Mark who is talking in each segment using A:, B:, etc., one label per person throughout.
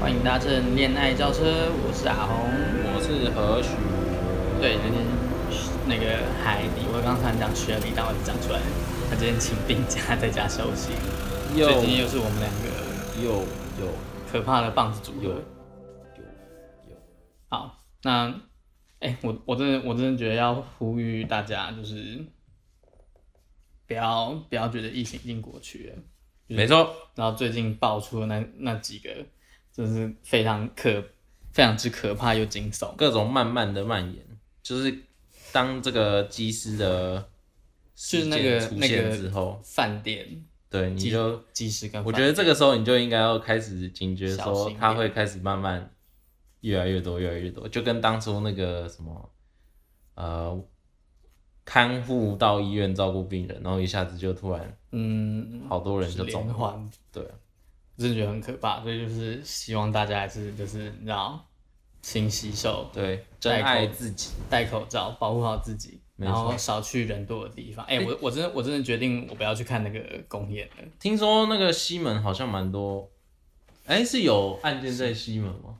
A: 欢迎搭乘恋爱轿车，我是阿红。
B: 我是何许？
A: 对，今天那个海底，我刚才讲学历，但我讲出来，他今天请病假在家休息，所以今天又是我们两个
B: 又又
A: 可怕的棒子组合
B: 又。又
A: 好，那哎、我我真的我真的觉得要呼吁大家，就是不要不要觉得疫情已经过去了。
B: 没错，
A: 然后最近爆出的那那几个，真是非常可非常之可怕又惊悚。
B: 各种慢慢的蔓延，就是当这个机师的
A: 是
B: 事
A: 那
B: 件
A: 个
B: 出
A: 那
B: 现
A: 个
B: 之后，
A: 饭店
B: 对你
A: 技
B: 就
A: 技师跟饭店，
B: 我觉得这个时候你就应该要开始警觉，
A: 小心
B: 说
A: 一点
B: 它会开始慢慢越来越多，越来越多，就跟当初那个什么呃看护到医院照顾病人，然后一下子就突然
A: 嗯，
B: 好多人
A: 是
B: 就中
A: 连
B: 了，
A: 环，
B: 对。
A: 真的觉得很可怕。所以就是希望大家还是就是你知道，勤洗手、
B: 对，珍
A: 戴口
B: 爱自己。
A: 戴口罩，保护好自己，
B: 没
A: 然
B: 错
A: 后少去人多的地方。哎、我我真的我真的决定我不要去看那个公演了。
B: 听说那个西门好像蛮多，哎、是有案件在西门吗？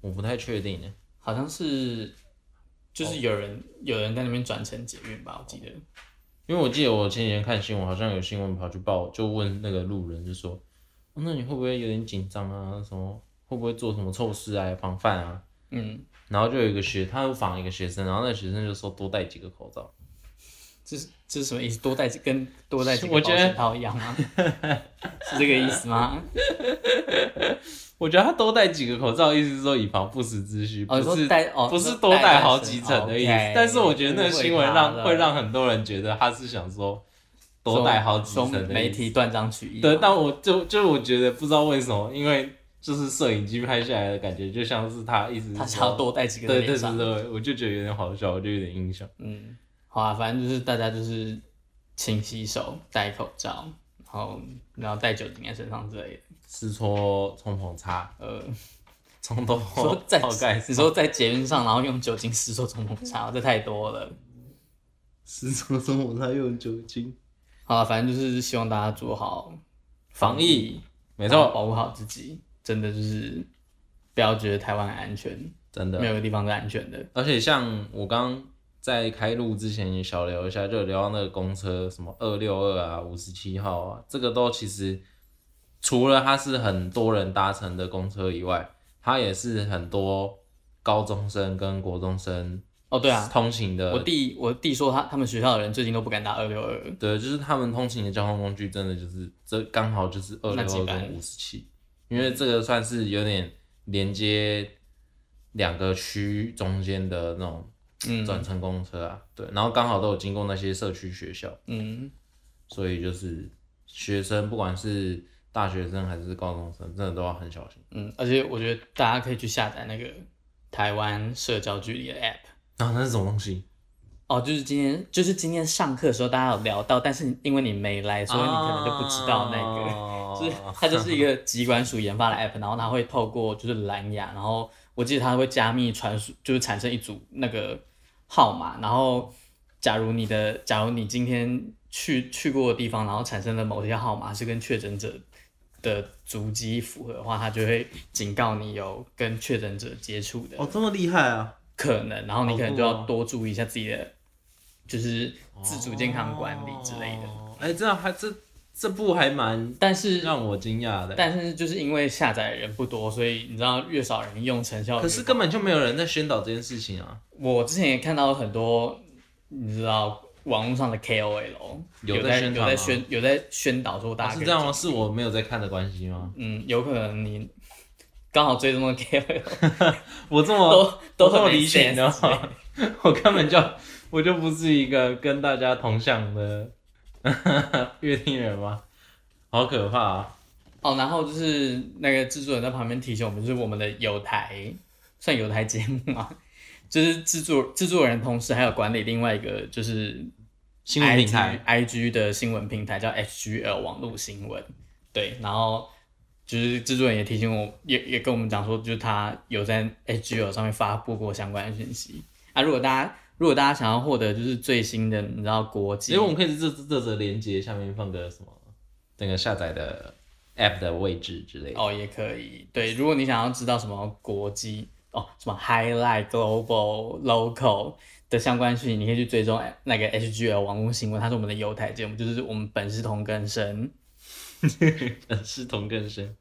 B: 我不太确定诶，
A: 好像是就是有人、有人在那边转乘捷运吧，我记得。
B: 因为我记得我前几天看新闻，好像有新闻跑去报，就问那个路人，就说、哦那你会不会有点紧张啊？什么会不会做什么错事啊？防范啊？
A: 嗯，
B: 然后就有一个学，他有访一个学生，然后那个学生就说多戴几个口罩。
A: 这是这是什么意思？多带几跟多带几个
B: 我
A: 保
B: 觉得
A: 险套一样 吗？是这个意思吗？
B: 我觉得他多戴几个口罩，意思是说以防不时之需，
A: 哦，你
B: 不
A: 说
B: 是
A: 戴哦，
B: 不
A: 你
B: 是
A: 说
B: 多戴
A: 戴哦
B: 好几层的意思。
A: OK，
B: 但是我觉得那个新闻让
A: 误会他了
B: 会让很多人觉得他是想说多戴好几
A: 说
B: 层的意思
A: 媒体断章取义嘛。
B: 对，但我就就我觉得不知道为什么，因为就是摄影机拍下来的感觉，就像是他一直
A: 他想要多带几个在
B: 对对
A: 脸
B: 对
A: 上。
B: 对，我就觉得有点好笑，我就有点印象。
A: 嗯，好啊，反正就是大家就是勤洗手、戴口罩，然后然后带酒精在身上之类的。
B: 是搓冲锋擦，
A: 呃，
B: 冲头
A: 说在
B: 泡哦盖
A: 你说在捷运上，然后用酒精湿手冲锋擦，这太多了。
B: 是搓冲锋擦用酒精，
A: 好啊，反正就是希望大家做好
B: 防疫没
A: 然后
B: 错，
A: 保护好自己。真的就是不要觉得台湾很安全，
B: 真的
A: 没。有一个地方是安全的。
B: 而且像我刚在开录之前也小聊一下，就有聊到那个公车什么二六二啊、五十七号啊，这个都其实除了它是很多人搭乘的公车以外，它也是很多高中生跟国中生
A: 哦，对啊，
B: 通行
A: 我
B: 的，
A: 弟我弟说他他们学校的人最近都不敢搭二六二，
B: 对，就是他们通行的交通工具真的就是这刚好就是二
A: 那
B: 六
A: 几
B: 二
A: 班
B: 跟五十七，因为这个算是有点连接两个区中间的那种。
A: 嗯
B: 转乘公车啊，对，然后刚好都有经过那些社区学校，
A: 嗯，
B: 所以就是学生不管是大学生还是高中生，真的都要很小心。
A: 嗯，而且我觉得大家可以去下载那个台湾社交距离的 app。
B: 啊，那是什么东西？
A: 哦，就是今天，就是今天上课的时候，大家有聊到，但是因为你没来，所以你可能就不知道那个。 就是
B: 个
A: 它就是一个疾管署研发的 app，然后它会透过就是蓝牙，然后我记得它会加密传输，就是产生一组那个号码，然后假如你的假如你今天去去过的地方，然后产生了某些号码是跟确诊者的足迹符合的话，它就会警告你有跟确诊者接触的
B: 哦，这么厉害啊！
A: 可能，然后你可能就
B: 好酷
A: 要
B: 哦
A: 多注意一下自己的就是自主健康管理之类的。
B: 哦。哎、这还这这部还蛮
A: 但是
B: 让我惊讶的，
A: 但是就是因为下载的人不多，所以你知道越少人用成效越高。
B: 可是根本就没有人在宣导这件事情啊。
A: 我之前也看到很多，你知道网络上的 KOL
B: 有
A: 在
B: 在宣
A: 有
B: 传吗
A: 在宣有在宣导说大
B: 啊
A: 家可
B: 是
A: 以
B: 这样吗？是我没有在看的关系吗？
A: 嗯，有可能你刚好追踪的 KOL
B: 我这么
A: 都都
B: 我这么
A: 很
B: 理性的
A: sense
B: 话， 我根本就我就不是一个跟大家同向的 乐听人吗？好可怕啊！
A: 哦，然后就是那个制作人在旁边提醒我们，就是我们的有台算有台节目嘛，就是制作制作人同时还有管理另外一个就是
B: 新闻平台
A: I G 的新闻平台叫 H G L 网络新闻，对，然后就是制作人也提醒我，也也跟我们讲说，就是他有在 H G L 上面发布过相关的讯息啊。如果大家如果大家想要获得就是最新的，你知道国
B: 其
A: 际
B: 实我们可以这这这则连接下面放个什么，整个下载的 App 的位置之类的。
A: 哦，也可以。对，如果你想要知道什么国际哦，什么 highlight global local 的相关讯息，你可以去追踪哎那个 HGL 网络新闻，它是我们的犹太节目，就是我们本是同根生。
B: 是同根生。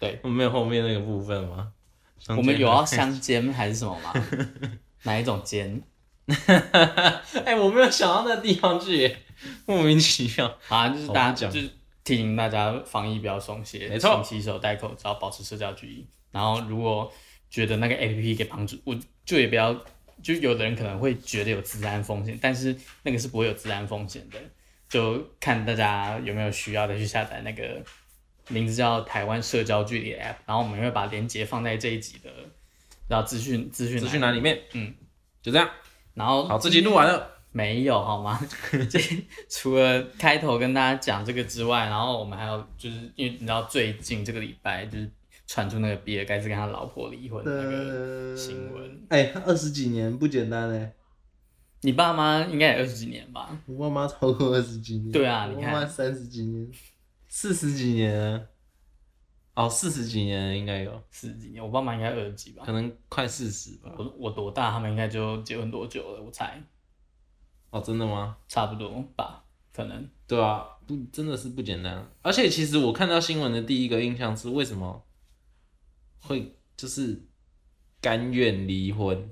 A: 对，
B: 我们没有后面那个部分吗？
A: 我们有啊要相煎还是什么吗？哪一种煎？
B: 哎、我没有想到那地方去耶，莫名其 妙。
A: 啊，就是大家
B: 好不讲
A: 就是提醒大家防疫不要松懈，
B: 没错
A: 勤洗手、戴口罩、保持社交距离。然后如果觉得那个 A P P 给帮助，我就也不要，就有的人可能会觉得有治安风险，但是那个是不会有治安风险的，就看大家有没有需要的去下载那个名字叫台湾社交距离的 App，然后我们会把链接放在这一集的然后资讯资讯
B: 资
A: 栏
B: 讯栏里面，
A: 嗯，
B: 就这样。
A: 然后
B: 好，这集录完了。
A: 没有好 吗？这除了开头跟大家讲这个之外，然后我们还有就是因为你知道最近这个礼拜就是传出那个比尔盖茨跟他老婆离婚的那个，新闻。
B: 哎、他二十几年不简单哎，
A: 你爸妈应该也二十几年吧？
B: 我爸妈超过二十几年。
A: 对啊
B: 我
A: 你
B: 爸
A: 看
B: 妈三十几年，四十几年啊。哦，四十几年应该有，
A: 四十几年，我爸妈应该二十几吧
B: 可？能快四十吧。
A: 我我多大，他们应该就结婚多久了？我猜
B: 哦，真的吗？
A: 差不多吧，可能
B: 对啊，不，真的是不简单。而且其实我看到新闻的第一个印象是，为什么会就是甘愿离婚？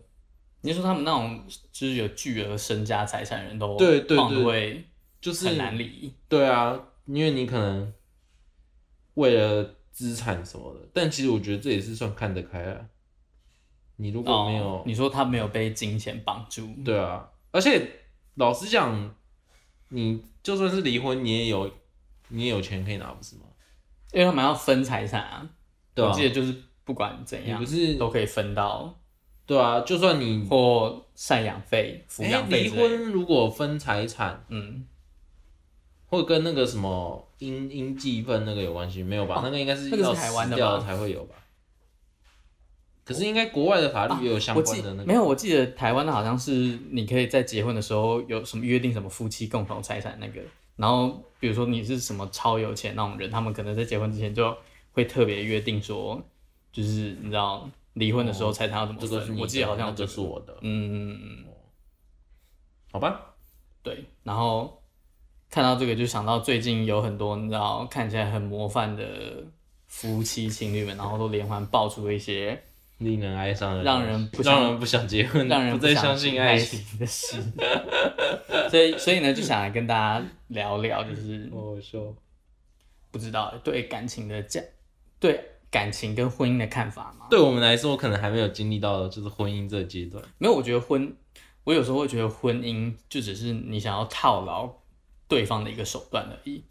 A: 你说他们那种就是有巨额身家财产的人都
B: 对对对
A: 往往会
B: 就是
A: 很难离，
B: 对啊，因为你可能为了资产什么的，但其实我觉得这也是算看得开啊。你如果没有，
A: 哦你说他没有被金钱绑住，
B: 对啊，而且老实讲，你就算是离婚，你也有你也有钱可以拿，不是吗？
A: 因为他们要分财产啊。
B: 对
A: 我
B: 啊
A: 记，得就是不管怎
B: 你
A: 样
B: 不，是
A: 都可以分到
B: 对啊，就算你
A: 或赡养费、抚
B: 哎
A: 养费
B: 离
A: 之类的。
B: 婚，如果分财产，
A: 嗯，
B: 会跟那个什么应应继分那个有关系没有吧？那个应该是
A: 哦那个是
B: 要
A: 台湾的
B: 死掉
A: 吧
B: 才会有吧？可是应该国外的法律也有相
A: 哦我
B: 关
A: 记
B: 的那个，
A: 没有，我记得台湾的好像是你可以在结婚的时候有什么约定，什么夫妻共同财产那个。然后比如说你是什么超有钱那种人，他们可能在结婚之前就会特别约定说，就是你知道离婚的时候财产要怎么
B: 这个是
A: 分。
B: 你
A: 我记得
B: 的
A: 好像有哦
B: 那
A: 这
B: 个
A: 个
B: 是我的，
A: 嗯，
B: 好吧？
A: 对，然后看到这个就想到最近有很多你知道看起来很模范的夫妻情侣们，然后都连环爆出一些
B: 令人哀伤的东西，
A: 让人不想
B: 让人不想结婚，
A: 让人
B: 嗯不再相信爱情。
A: 情的 事，所以所以呢就想来跟大家聊聊，就是
B: 我说，
A: 不知道对感情的价，对感情跟婚姻的看法嘛？
B: 对我们来说，可能还没有经历到就是婚姻这个阶段。
A: 没有，我觉得婚，我有时候会觉得婚姻就只是你想要套牢对方的一个手段而已，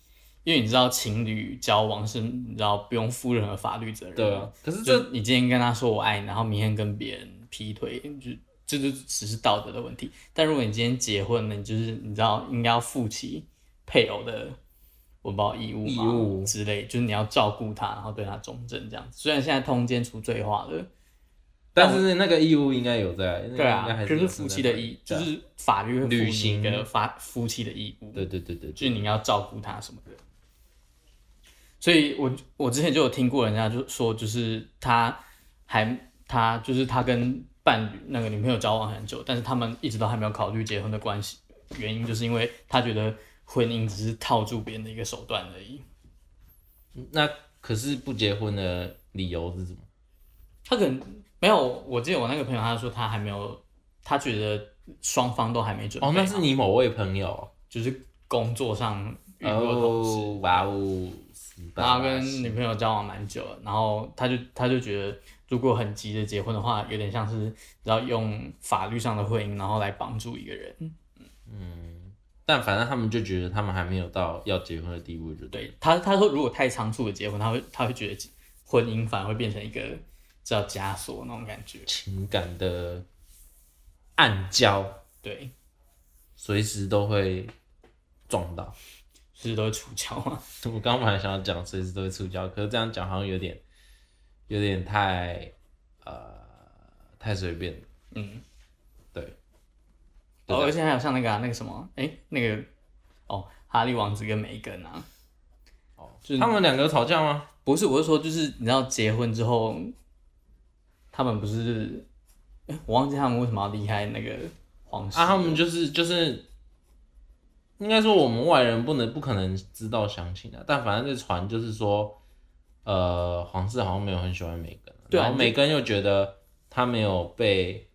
A: 因为你知道情侣交往是你知道不用负任何法律责任，
B: 对啊，可是这
A: 就你今天跟他说我爱你，然后明天跟别人劈腿，就这就只是道德的问题。但如果你今天结婚了，你就是你知道应该要负起配偶的我不知道义务嘛
B: 义务
A: 之类，就是你要照顾他，然后对他忠贞这样子。虽然现在通奸除罪化了，
B: 但是那个义务应该有在，那个
A: 对
B: 应该
A: 啊，
B: 还
A: 就是
B: 有
A: 夫妻的
B: 在
A: 义，就
B: 对啊
A: 是法律会
B: 履
A: 赋予你一
B: 行
A: 个法夫妻的义务，
B: 对对对对，
A: 就是你要照顾他什么的。所以我我之前就有听过人家就说，就是他还他就是他跟伴侣那个女朋友交往很久，但是他们一直都还没有考虑结婚的关系，原因就是因为他觉得婚姻只是套住别人的一个手段而已。
B: 那可是不结婚的理由是什么？
A: 他可能没有，我记得我那个朋友他说他还没有，他觉得双方都还没准备
B: 哦
A: 好。，
B: 那是你某位朋友哦
A: 就是工作上遇过同事，
B: 哦，哇哦，死吧
A: 然后跟女朋友交往蛮久了，然后他就他就觉得，如果很急着结婚的话，有点像是要用法律上的婚姻，然后来绑住一个人。
B: 但反正他们就觉得他们还没有到要结婚的地步，就对。
A: 对他他说，如果太仓促的结婚，他会他会觉得婚姻反而会变成一个叫枷锁那种感觉。
B: 情感的暗礁，
A: 对，
B: 随时都会撞到。
A: 就是都会啊触礁嘛。
B: 我刚刚本来想要讲随时都会触礁，可是这样讲好像有点有点太呃太随便了。
A: 嗯，
B: 对，对
A: 哦，而且还有像那个啊、那个什么，哎、那个哦，哈利王子跟梅根啊，
B: 哦
A: 就是，
B: 他们两个有吵架吗？
A: 不是，我是说，就是你知道结婚之后，他们不是，诶我忘记他们为什么要离开那个皇室
B: 啊，他们就是就是，应该说我们外人不能不可能知道详情的，但反正这传就是说，呃，皇室好像没有很喜欢梅根，
A: 对啊
B: 然后梅根又觉得他没有被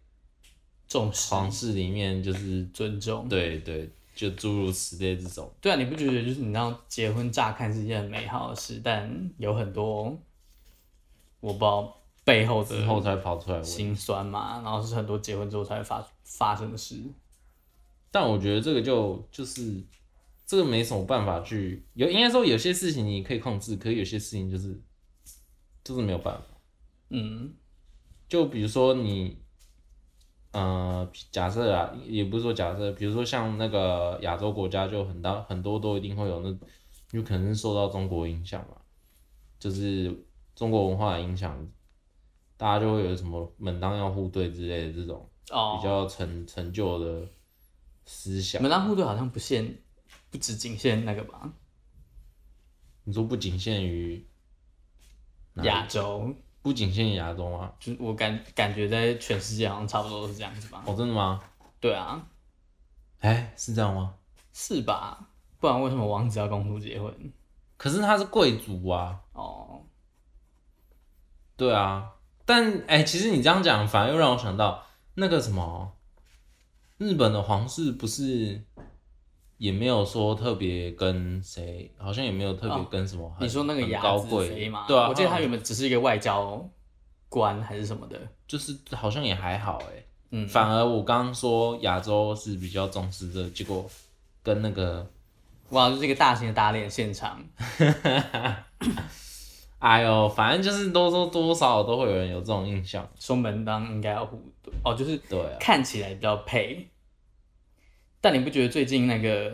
A: 重视、
B: 皇室里面就是
A: 尊重。
B: 对对，就诸如此类这种。
A: 对啊，你不觉得就是你知道结婚乍看是一件很美好的事，但有很多我不知道背后
B: 之后
A: 的
B: 才跑出来问。
A: 辛酸嘛，然后是很多结婚之后才会发发生的事。
B: 但我觉得这个就就是这个没什么办法去有，应该说有些事情你可以控制，可有些事情就是就是没有办法。
A: 嗯，
B: 就比如说你，呃，假设啊，也不是说假设，比如说像那个亚洲国家，就很大很多都一定会有那，有可能是受到中国影响嘛，就是中国文化的影响，大家就会有什么门当要户对之类的这种比
A: 哦，
B: 较陈陈旧的思想。
A: 门当户对好像不限，不只仅限那个吧，
B: 你说不仅限于哪里
A: 亚洲，
B: 不仅限于亚洲吗？
A: 就是我感感觉在全世界好像差不多都是这样子吧。
B: 哦，真的吗？
A: 对啊，
B: 哎，是这样吗？
A: 是吧？不然为什么王子要公主结婚？
B: 可是他是贵族啊，
A: 哦，
B: 对啊。但哎，其实你这样讲，反而又让我想到那个什么，日本的皇室不是也没有说特别跟谁，好像也没有特别
A: 哦
B: 跟什么很、
A: 你说那个
B: 很
A: 雅
B: 高
A: 子妃
B: 贵
A: 嘛？
B: 对啊，
A: 我记得他
B: 好像
A: 原本只是一个外交官还是什么的。
B: 就是好像也还好哎、
A: 嗯，
B: 反而我刚刚说亚洲是比较重视这个，结果跟那个
A: 哇，就是一个大型的打脸现场。
B: 哎呦，反正就是多多多少少都会有人有这种印象。
A: 说门当应该要互对哦，就是
B: 对啊，
A: 看起来比较配。但你不觉得最近那个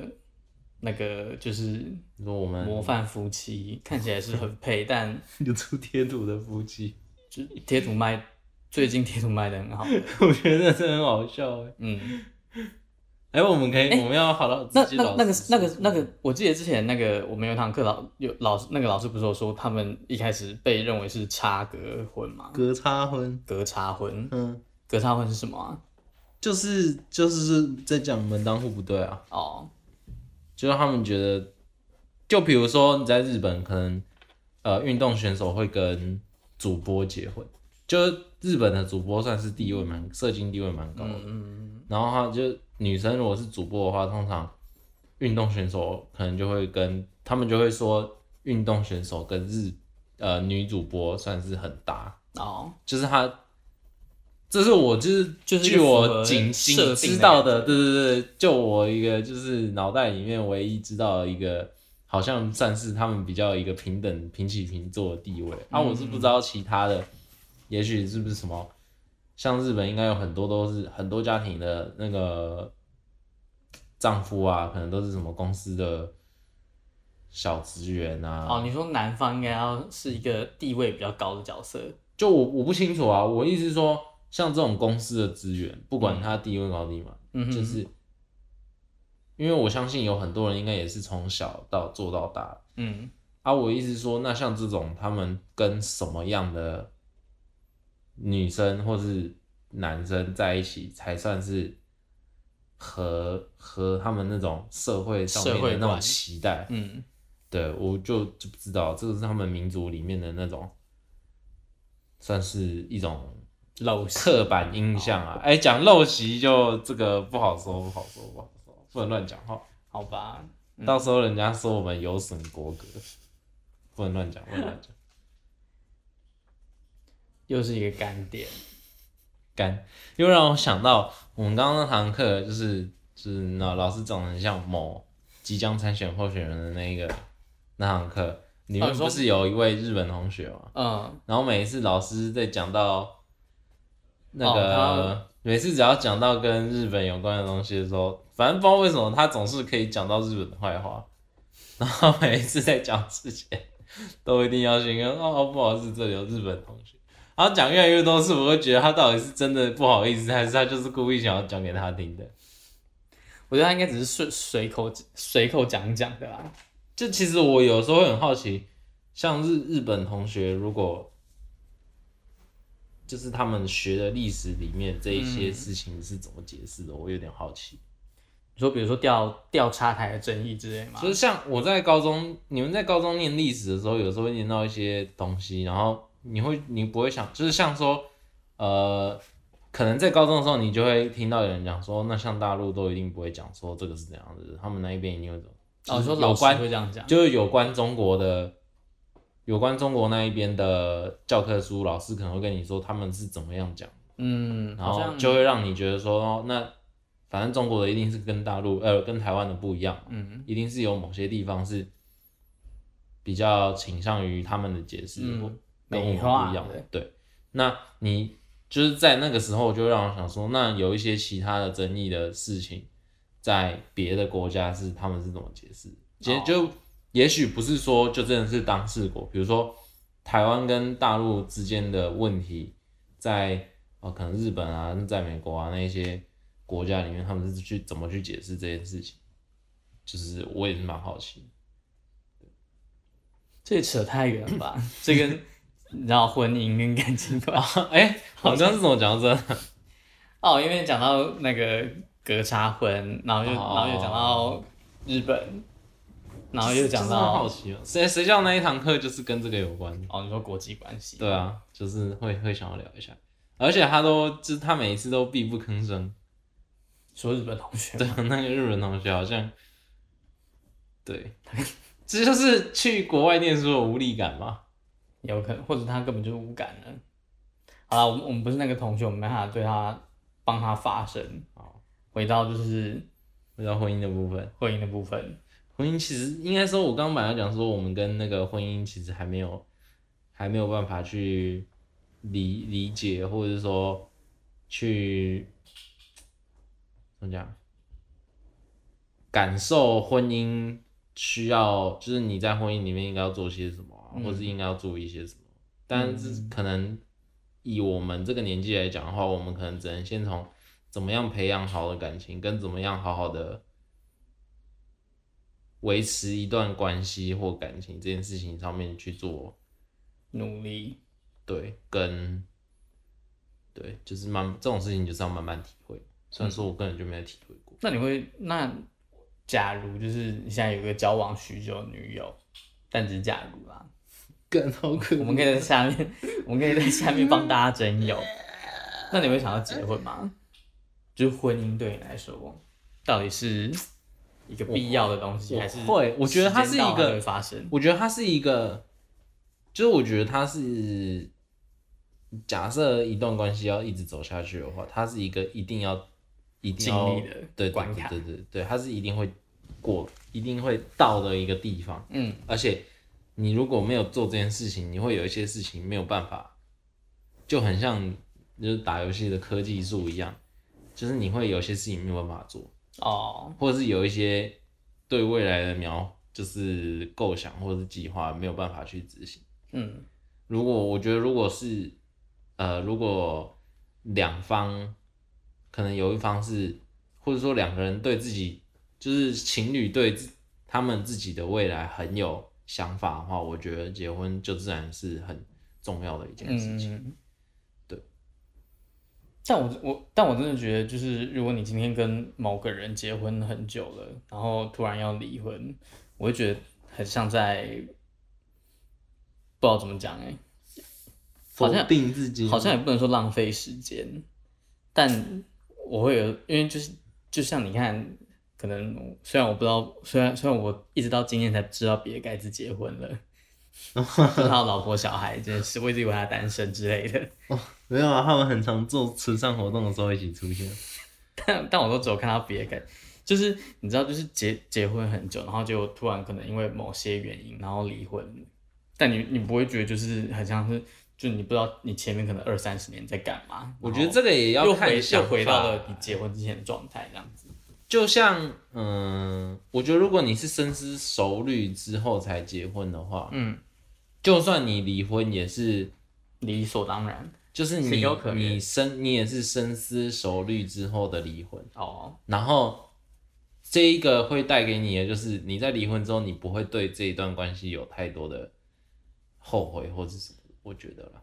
A: 那个就是
B: 你说我们
A: 模 范夫妻看起来是很配，但
B: 流出贴图的夫妻，
A: 就贴图卖最近贴图卖的很好。
B: 我觉得真的很好笑哎。
A: 嗯，
B: 哎，我们可以，我们要好到
A: 那
B: 直接
A: 那
B: 老
A: 那个
B: 实
A: 那个
B: 说
A: 那个，我记得之前那个我们有一堂课老有老师那个老师不是有说他们一开始被认为是插隔婚嘛？
B: 隔差婚，
A: 隔插婚，
B: 嗯，
A: 隔插婚是什么啊？
B: 就是就是在讲门当户不对啊，
A: 哦，
B: 就是他们觉得，就比如说你在日本，可能呃运动选手会跟主播结婚，就是日本的主播算是地位蛮社经地位蛮高的。
A: 嗯，
B: 然后他就女生如果是主播的话，通常运动选手可能就会跟他们就会说，运动选手跟日呃女主播算是很搭，
A: 哦，
B: 就是他，这是我就是
A: 就是一
B: 据
A: 个符合
B: 我仅仅
A: 设定的
B: 知道的，
A: 感觉
B: 对对对，就我一个就是脑袋里面唯一知道的一个，好像算是他们比较一个平等平起平坐的地位。啊，
A: 嗯
B: 我是不知道其他的，也许是不是什么，像日本应该有很多都是很多家庭的那个丈夫啊，可能都是什么公司的小职员啊，
A: 哦，你说男方应该要是一个地位比较高的角色，
B: 就我我不清楚啊，我意思是说，像这种公司的资源，不管它地位高低嘛，
A: 嗯哼，
B: 就是因为我相信有很多人应该也是从小到做到大
A: 嗯，
B: 啊。我意思是说，那像这种他们跟什么样的女生或是男生在一起，才算是和和他们那种社会上面
A: 社会
B: 的那种
A: 观
B: 期待？
A: 嗯，
B: 对，我就就不知道，这个是他们民族里面的那种，算是一种
A: 陋习
B: 刻板印象
A: 哦
B: 啊。哎、讲陋习就这个不好说，不好说，不好说，不能乱讲话。
A: 好吧，
B: 到时候人家说我们有损国格，不能乱讲，不能乱讲。
A: 又是一个干点，
B: 干，又让我想到我们刚刚那堂课，就是就是那老师长得很像某即将参选候选人的那一个那堂课，里
A: 哦
B: 面
A: 你说
B: 不是有一位日本同学哦吗？
A: 嗯，
B: 然后每一次老师在讲到那个，
A: 哦
B: 每次只要讲到跟日本有关的东西的时候，反正不知道为什么他总是可以讲到日本的坏话， 然后每一次在讲之前，都一定要先跟哦不好意思，这里有日本同学。然后讲越来越多次，我会觉得他到底是真的不好意思，还是他就是故意想要讲给他听的？
A: 我觉得他应该只是随随口随口讲讲的啦，
B: 就其实我有时候会很好奇，像日日本同学，如果就是他们学的历史里面这一些事情是怎么解释的，我有点好奇。
A: 你说比如说调调查台的争议之类吗
B: 就？是像我在高中，你们在高中念历史的时候，有时候会念到一些东西，然后你会你不会想，就是像说，呃，可能在高中的时候，你就会听到有人讲说，那像大陆都一定不会讲说这个是怎样的，他们那一边一定会怎么，
A: 哦，
B: 就
A: 你
B: 是
A: 说
B: 有
A: 老师
B: 关
A: 会这样讲，
B: 就是有关中国的，有关中国那一边的教科书，老师可能会跟你说他们是怎么样讲，
A: 嗯，
B: 然
A: 好
B: 后
A: 像
B: 就会让你觉得说，哦那反正中国的一定是跟大陆呃跟台湾的不一样，
A: 嗯
B: 一定是有某些地方是比较倾向于他们的解释，
A: 嗯
B: 跟我们
A: 美化
B: 不一样的
A: 对。
B: 对，那你就是在那个时候，就让我想说，那有一些其他的争议的事情，在别的国家是他们是怎么解释？其实
A: 哦
B: 就也许不是说就真的是当事国，比如说台湾跟大陆之间的问题，在哦可能日本啊，在美国啊那一些国家里面，他们是去怎么去解释这件事情？就是我也是蛮好奇的。
A: 这也扯太远了 吧？这跟你知道婚姻跟感情吧？
B: 哎、好像是怎么讲真的？
A: 哦，因为讲到那个隔差婚，然后又、
B: 哦
A: 然后又讲到日本，然后又讲
B: 就是很好
A: 到
B: 奇哦，谁谁叫那一堂课就是跟这个有关？
A: 哦，你说国际关系，
B: 对啊，就是会会想要聊一下，而且他都就是他每一次都必不吭声。
A: 说日本同学
B: 对，那个日本同学好像，对，这就是去国外念书的无力感嘛。
A: 有可能，或者他根本就无感了。好了，我们我们不是那个同学，我们没办法对他帮他发声。
B: 好，
A: 回到就是
B: 回到婚姻的部分，
A: 婚姻的部分，
B: 婚姻其实应该说，我刚刚本来讲说，我们跟那个婚姻其实还没有还没有办法去理理解，或者是说去怎么讲，感受婚姻需要，就是你在婚姻里面应该要做些什么啊、
A: 嗯
B: 或是应该要注意些什么。但是可能以我们这个年纪来讲的话，我们可能只能先从怎么样培养好的感情，跟怎么样好好的维持一段关系或感情这件事情上面去做
A: 努力，
B: 对，跟对，就是慢这种事情就是要慢慢体会。虽然说我个人就没有体会 过，
A: 那你会那假如就是你现在有个交往许久的女友，但只是假如啦，
B: 更好可
A: 我们可以在下面， 我们可以在下面帮大家征友。那你会想要结婚吗？就是婚姻对你来说，到底是一个必要的东西，
B: 我
A: 还是
B: 会我觉得它是一个
A: 时间到了会发生。
B: 我觉得它是一个，就是我觉得它是，假设一段关系要一直走下去的话，它是一个一定要一定要
A: 经历的
B: 对对
A: 关卡
B: 对对对对，它是一定会过，一定会到的一个地方。
A: 嗯，
B: 而且你如果没有做这件事情，你会有一些事情没有办法，就很像就是打游戏的科技树一样，就是你会有些事情没有办法做。
A: 哦，
B: 或者是有一些对未来的描，就是构想或者是计划没有办法去执行。
A: 嗯，
B: 如果我觉得如果是呃，如果两方可能有一方是，或者说两个人对自己就是情侣对自他们自己的未来很有想法的话，我觉得结婚就自然是很重要的一件事情。
A: 嗯，
B: 对。
A: 但我我但我真的觉得，就是如果你今天跟某个人结婚很久了，然后突然要离婚，我会觉得很像在不知道怎么讲哎、好像
B: 否定自己，
A: 好像也不能说浪费时间，但我会有，因为就是就像你看，可能虽然我不知道，虽然虽然我一直到今天才知道比尔盖茨结婚了， 就是他有老婆小孩这件事，我一直以为他单身之类的，
B: 没有啊，他们很常做慈善活动的时候一起出现。
A: 但 但我都只有看到比尔盖，就是你知道，就是结结婚很久，然后结果突然可能因为某些原因，然后离婚了，但你你不会觉得就是很像是，就你不知道你前面可能二三十年在干嘛，
B: 我觉得这个也要
A: 又
B: 看
A: 回
B: 想
A: 又
B: 法
A: 回到了你结婚之前的状态，这样子。
B: 就像嗯，我觉得如果你是深思熟虑之后才结婚的话，
A: 嗯，
B: 就算你离婚也是，
A: 理所当然。
B: 就是
A: 情
B: 你
A: 有可原
B: 你深你也是深思熟虑之后的离婚，
A: 哦，
B: 然后这一个会带给你的就是你在离婚之后，你不会对这一段关系有太多的后悔或者什么，我觉得啦。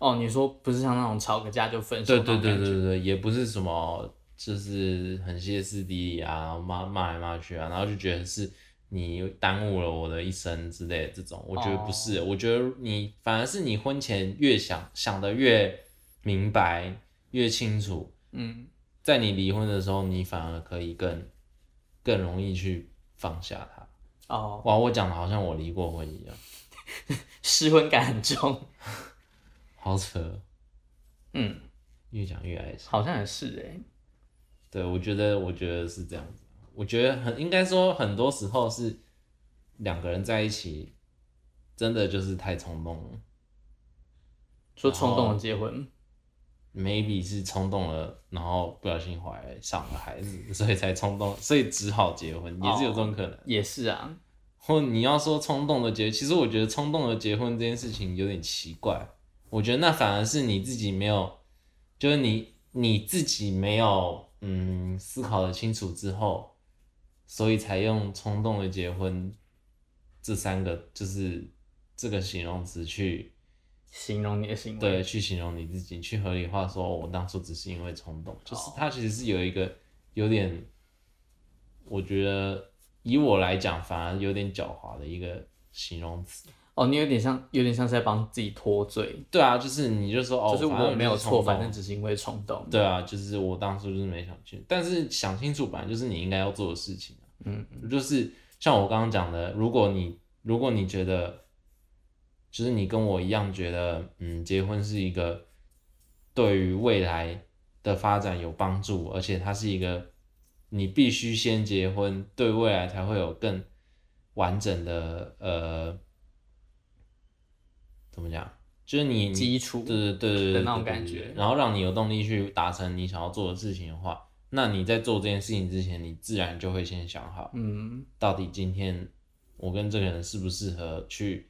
A: 哦，你说不是像那种吵个架就分手
B: 对
A: 那种
B: 对
A: 感觉？
B: 对对对对，也不是什么就是很歇斯底里啊，然后骂骂来骂去啊，然后就觉得是你耽误了我的一生之类的这种，我觉得不是，
A: 哦
B: 我觉得你反而是你婚前越想想的越明白越清楚，
A: 嗯，
B: 在你离婚的时候，你反而可以更更容易去放下它。
A: 哦，
B: 哇，我讲的好像我离过婚一样，
A: 失婚感很重。
B: 好扯，哦
A: 嗯，
B: 越讲越爱上。
A: 好像也是哎、
B: 对，我觉得，我觉得是这样子。我觉得很应该说，很多时候是两个人在一起，真的就是太冲动了
A: 说冲
B: 哦
A: 动的结婚，
B: ，maybe 是冲动了，然后不小心怀上了孩子，所以才冲动，所以只好结婚，也是有这种可能。
A: 也是啊。
B: 或你要说冲动的结，其实我觉得冲动的结婚这件事情有点奇怪。我觉得那反而是你自己没有，就是你你自己没有嗯思考的清楚之后，所以才用冲动的结婚这三个就是这个形容词去
A: 形容你的行为，
B: 对，去形容你自己，去合理化说，哦我当初只是因为冲动，就是它其实是有一个有点，我觉得以我来讲，反而有点狡猾的一个形容词。
A: 哦，你有点像，有点像是在帮自己脱罪，
B: 对啊，就是你就说哦，
A: 就是
B: 反正
A: 我没有
B: 是冲
A: 错，
B: 动
A: 反正只是因为冲动。
B: 对啊，就是我当初就是没想去，但是想清楚本来就是你应该要做的事情、啊、
A: 嗯，
B: 就是像我刚刚讲的，如果你如果你觉得，就是你跟我一样觉得，嗯，结婚是一个对于未来的发展有帮助，而且它是一个你必须先结婚，对未来才会有更完整的呃，怎么讲？就是你你
A: 基础
B: 对对对对对
A: 的那种
B: 对
A: 感
B: 对对
A: 觉
B: 然后让你有动力去达成你想要做的事情的话，那你在做这件事情之前，你自然就会先想好，
A: 嗯，
B: 到底今天我跟这个人适不适合去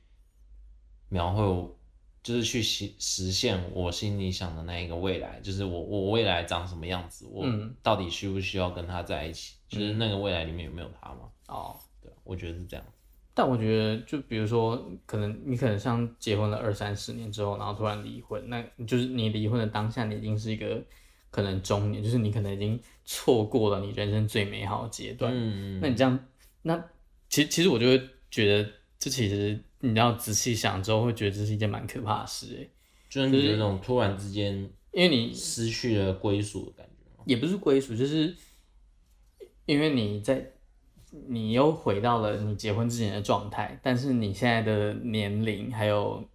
B: 描绘我，就是去实实现我心里想的那一个未来，就是我我未来长什么样子，我
A: 嗯
B: 到底需不需要跟他在一起，就是那个未来里面有没有他嘛？
A: 哦，
B: 对，我觉得是这
A: 嗯
B: 样。
A: 但我觉得，就比如说，可能你可能像结婚了二三十年之后，然后突然离婚，那就是你离婚的当下，你已经是一个可能中年，就是你可能已经错过了你人生最美好的阶段。
B: 嗯，
A: 那你这样，那其其实我就会觉得，这其实你要仔细想之后，会觉得这是一件蛮可怕的事欸，
B: 就是你有一种突然之间
A: 因为你
B: 失去了归属的感觉。
A: 也不是归属，就是因为你在你又回到了你结婚之前的状态，但是你现在的年龄还有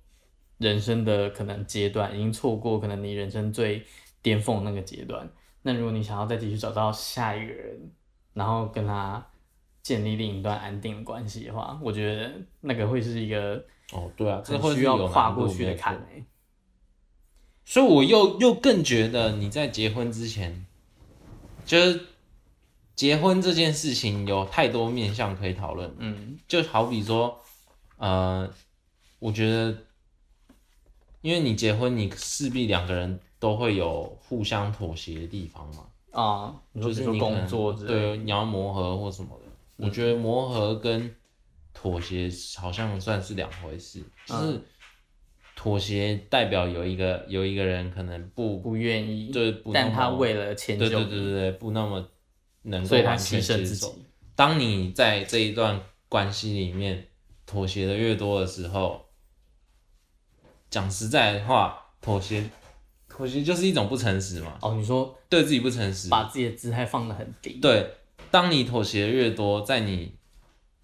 A: 人生的可能阶段，已经错过可能你人生最巅峰的那个阶段。那如果你想要再继续找到下一个人，然后跟他建立另一段安定的关系的话，我觉得那个会是一个
B: 哦，对啊，这
A: 很
B: 会是
A: 需
B: 有
A: 要
B: 难
A: 跨
B: 度
A: 过去
B: 没
A: 的
B: 有
A: 坎、
B: 错
A: 欸。
B: 所以我又又更觉得你在结婚之前，就是结婚这件事情有太多面向可以讨论。
A: 嗯，
B: 就好比说，呃，我觉得，因为你结婚，你势必两个人都会有互相妥协的地方嘛。
A: 啊，你说
B: 就
A: 比
B: 是
A: 如
B: 你
A: 说
B: 可
A: 工
B: 能
A: 作之类嗯的，
B: 对，你要磨合或什么的。我觉得磨合跟妥协好像算是两回
A: 嗯
B: 事，就是妥协代表有一个有一个人可能不
A: 不愿意，
B: 对不那么，
A: 但他为了迁就
B: 对
A: 你，
B: 对对对对不那么能够
A: 所以他
B: 完全
A: 牺牲
B: 接
A: 自
B: 受。
A: 己。
B: 当你在这一段关系里面妥协的越多的时候，讲实在的话，妥协妥协就是一种不诚实嘛，
A: 哦，你说
B: 对自己不诚实，
A: 把自己的姿态放得很低，
B: 对，当你妥协越多，在你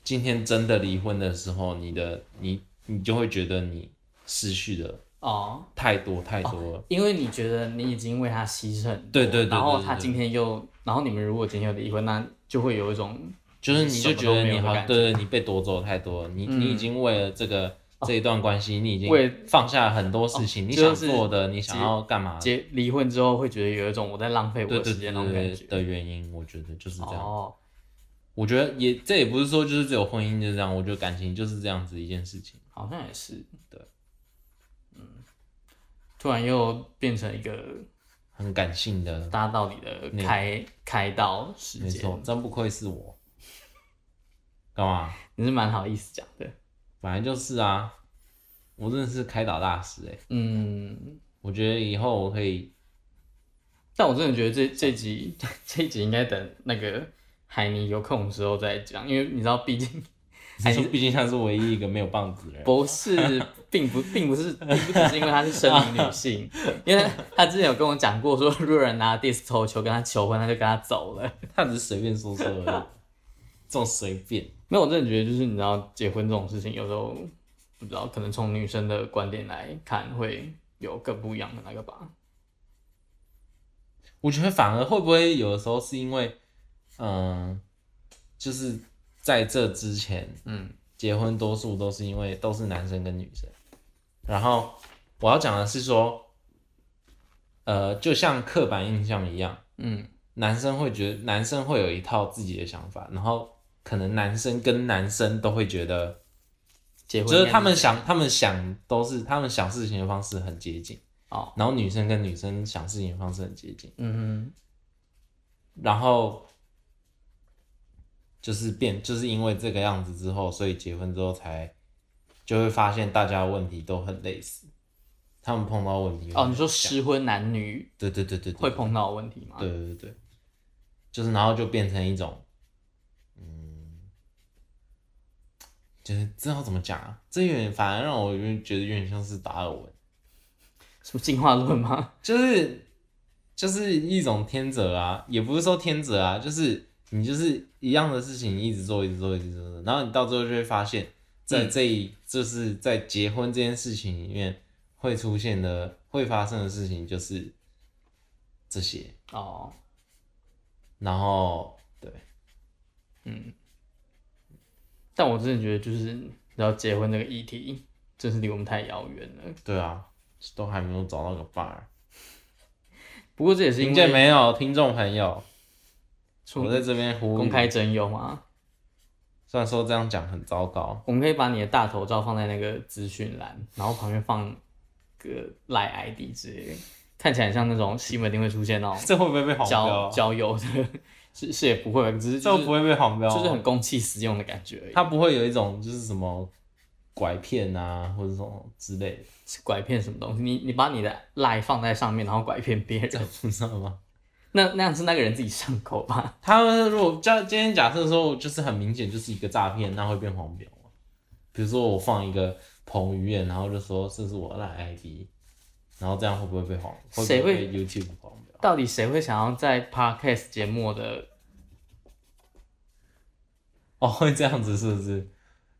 B: 今天真的离婚的时候，你的你你就会觉得你失去的
A: 哦，
B: 太多太多了。
A: 因为你觉得你已经为他牺牲很多，
B: 对对对对
A: 然后他
B: 对对
A: 今天又，然后你们如果今天有离婚，那就会有一种
B: 就是你就觉得你
A: 什么都没有的
B: 好，
A: 感觉
B: 对对，你被夺走太多了，你、你已经为了这个这一段关系，你已经
A: 为
B: 放下很多事情，
A: 哦
B: 你
A: 就
B: 想
A: 是
B: 做的，你想要干嘛，
A: 结离婚之后会觉得有一种我在浪费我
B: 对
A: 的
B: 对
A: 时
B: 对
A: 间那种
B: 对
A: 感
B: 对
A: 觉。
B: 的原因，我觉得就是这样。
A: 哦，
B: 我觉得也这也不是说就是只有婚姻就是这样，我觉得感情就是这样子一件事情。
A: 好像也是，
B: 对，
A: 嗯，突然又变成一个
B: 很感性的，
A: 大道理的
B: 那
A: 开开道时
B: 没
A: 间
B: 错，，真不愧是我。干嘛？
A: 你是蛮好意思讲的。
B: 本来就是啊，我真的是开导大师哎、
A: 嗯，
B: 我觉得以后我可以
A: 但我真的觉得这这集 这一集应该等那个海尼有空的时候再讲，因为你知道，毕竟
B: 哎，你毕竟他是唯一一个没有棒子的人。
A: 不是， 并不，并不是，并不只是因为她是生理女 性，因为她之前有跟我讲过说如果有人拿 dis 头球跟她求婚，她就跟她走了。
B: 他只是随便说说而已，这种随便。
A: 没有，我真的觉得就是你知道，结婚这种事情有时候不知道，可能从女生的观点来看，会有更不一样的那个吧。
B: 我觉得反而会不会有的时候是因为，嗯、就是在这之前，
A: 嗯，
B: 结婚多数都是因为都是男生跟女生。然后我要讲的是说，呃，就像刻板印象一样，
A: 嗯，
B: 男生会觉得男生会有一套自己的想法，然后可能男生跟男生都会觉得
A: 结婚
B: 就是
A: 应该
B: 他们想，他们想都是他们想事情的方式很接近
A: 哦，
B: 然后女生跟女生想事情的方式很接近，
A: 嗯
B: 然后就是变，就是因为这个样子之后，所以结婚之后才就会发现大家的问题都很类似，他们碰到问题
A: 哼，哦，你说
B: 是？
A: 失婚男女
B: 对对对对对，
A: 会碰到的问题吗？
B: 对对对，就是然后就变成一种，嗯，就是这要怎么讲啊？这有点反而让我有点觉得有点像是达尔文，
A: 什么进化论吗？
B: 就是就是一种天择啊，也不是说天择啊，就是你就是一样的事情一直做，一直做，一直做，然后你到最后就会发现，在这一、就是在结婚这件事情里面会出现的、会发生的事情就是这些，
A: 哦，
B: 然后对。
A: 但我真的觉得就是，你知道结婚这个议题，真是离我们太遥远了。
B: 对啊，都还没有找到个伴儿。
A: 不过这也是因
B: 听见
A: 为
B: 没有，听众朋友，
A: 出
B: 我在这边呼吁
A: 公开，征友嘛，
B: 虽然说这样讲很糟糕，
A: 我们可以把你的大头照放在那个资讯栏，然后旁边放个赖 ID 之类的，看起来很像那种新闻一定会出现那种
B: 这会不会被黄标
A: 交
B: 啊？
A: 交友的，是 是也不会吧，只是
B: 这
A: 就
B: 会
A: 是
B: 不会被黄标啊？
A: 就是很公器私用的感觉而已。
B: 他不会有一种就是什么拐骗啊，或者什么之类的，
A: 拐骗什么东西？你你把你的赖放在上面，然后拐骗别
B: 这
A: 人，
B: 你知道吗？
A: 那那样是那个人自己上钩吧？
B: 他们如果假今天假设说就是很明显就是一个诈骗，那会变黄标吗比如说我放一个彭于晏，然后就说这是我的 ID，然后这样会不会被黄？会
A: 谁
B: 不会
A: 会
B: 被 YouTube 黄标？
A: 到底谁会想要在 podcast 节目的？
B: 哦，会这样子是不是？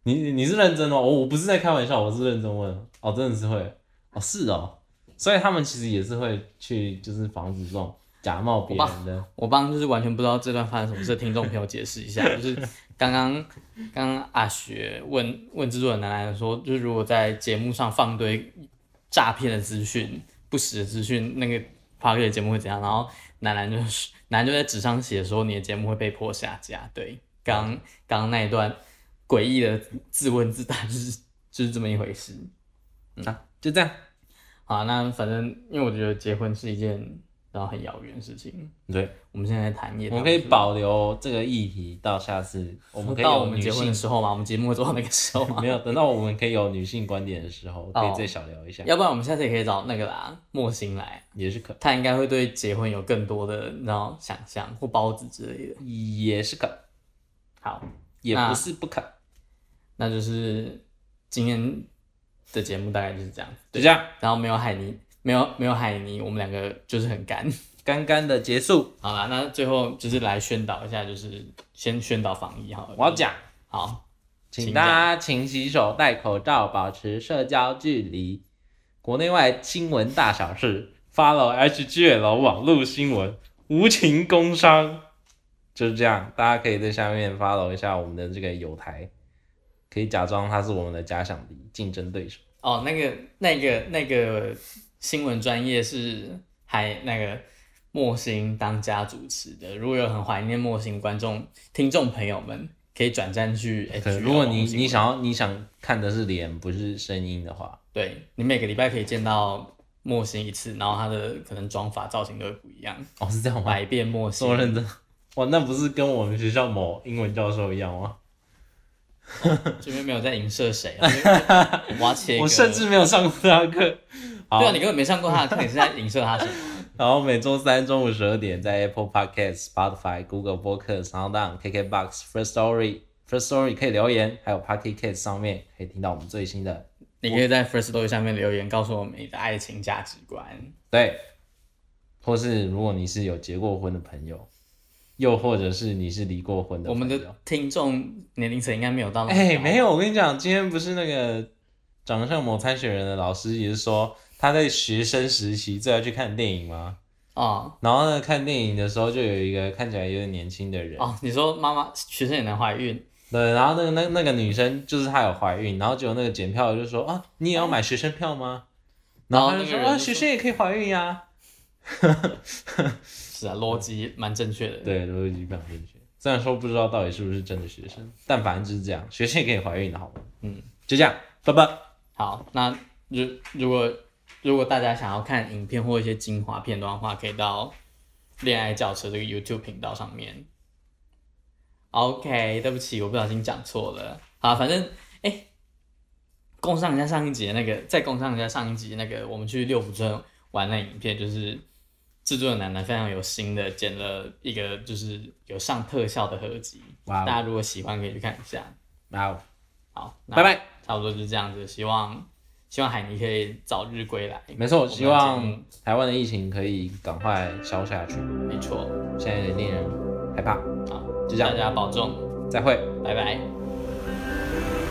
B: 你你你是认真的吗？我、我不是在开玩笑，我是认真问。哦，真的是会。哦，是哦。所以他们其实也是会去，就是防止这种假冒别人的。
A: 我帮就是完全不知道这段发生什么事的听众朋友解释一下，就是刚刚刚刚阿学问问制作人楠楠说，就是如果在节目上放堆诈骗的资讯、不实的资讯，那个 podcast 节目会怎样？然后楠楠就是楠楠就在纸上写说你的节目会被迫下架。对，刚刚刚那一段诡异的自问自答就是就是这么一回事。嗯
B: 啊，就这样。
A: 好，啊那反正因为我觉得结婚是一件然后很遥远的事情，
B: 对，
A: 我们现在谈也
B: 我们可以保留这个议题到 下次，我们可以
A: 到
B: 有
A: 我们
B: 女
A: 结婚的
B: 性
A: 时候嘛，我们节目会做到那个时候嘛。
B: 没有等到我们可以有女性观点的时候，可
A: 哦
B: 以再小聊一下，
A: 要不然我们下次也可以找那个啦，莫欣来，
B: 也是可
A: 他应该会对结婚有更多的你知道想象或包子之类的。
B: 也是可，
A: 好，
B: 也
A: 那
B: 不是不可，
A: 那就是今天的节目大概就是这样，
B: 就这样，
A: 然后没有海尼，没有没有海尼，我们两个就是很干。
B: 干干的结束。
A: 好啦，那最后就是来宣导一下，就是先宣导防疫好了。
B: 我要讲。
A: 好，
B: 请
A: 请
B: 大家勤洗手、戴口罩、保持社交距离。国内外新闻大小事，follow HGL 网络新闻，无情工商，就是这样。大家可以在下面 follow 一下我们的这个友台，可以假装他是我们的假想敌、竞争对手。
A: 哦，那个那个那个新闻专业是还那个莫欣当家主持的。如果有很怀念莫欣观众听众朋友们，可以转战去 H
B: 对，
A: L
B: 如果你
A: 网新闻
B: 你想要你想看的是脸不是声音的话，
A: 对你每个礼拜可以见到模型一次，然后它的可能装法造型都会不一样，
B: 哦，是这样吗？
A: 百变模型
B: 这。么认真？哇，那不是跟我们学校某英文教授一样吗？
A: 这边没有在影射 谁啊，因为我要切一个。
B: 我甚至没有上过他的课。好
A: 对啊，你根本没上过他的课，你是在影射他什么？
B: 然后每周三中午十二点，在 Apple Podcast、Spotify、Google 播客、Sound On、KKBox、First Story、First Story 可以留言，还有 Pocket Cast 上面可以听到我们最新的。
A: 你可以在 First Story 下面留言，告诉我们你的爱情价值观。
B: 对，或是如果你是有结过婚的朋友，又或者是你是离过婚的
A: 我们
B: 朋友，
A: 的听众年龄层应该没有到那么高
B: 哎、没有，我跟你讲，今天不是那个长得像某参选人的老师也是说，他在学生时期最爱去看电影吗？
A: 哦
B: 然后呢，看电影的时候就有一个看起来有点年轻的人，
A: 哦，你说妈妈学生也能怀孕？
B: 对，然后那个那那个女生就是她有怀孕，然后结果那个检票的就说啊，你也要买学生票吗？然后她
A: 然后那
B: 就
A: 个
B: 说
A: 人就
B: 啊，学
A: 说
B: 生也可以怀孕呀、
A: 是啊，逻辑蛮正确的。
B: 对，逻辑非常正确。虽然说不知道到底是不是真的学生，但反正就是这样，学生也可以怀孕的好吗？
A: 嗯，
B: 就这样，拜拜。
A: 好，那如如果如果大家想要看影片或一些精华片段的话，可以到《恋爱轿车》这个 YouTube 频道上面。OK，对不起，我不小心讲错了。好，反正哎，供上一下上一集的那个，再供上一下上一集的那个，我们去六福村玩那影片，就是制作的奶奶非常有心的剪了一个就是有上特效的合集，
B: 哇
A: 大
B: 哦，
A: 家如果喜欢可以去看一下。
B: 哇哦，
A: 好，那
B: 拜拜。
A: 差不多就是这样子。希望希望海尼可以早日归来。
B: 没错，希
A: 我们
B: 望台湾的疫情可以赶快消下去，
A: 没错，
B: 现在有点令人害怕。
A: 好，
B: 就这样
A: 大家保重，
B: 再会。
A: 拜拜。
C: 「あなたの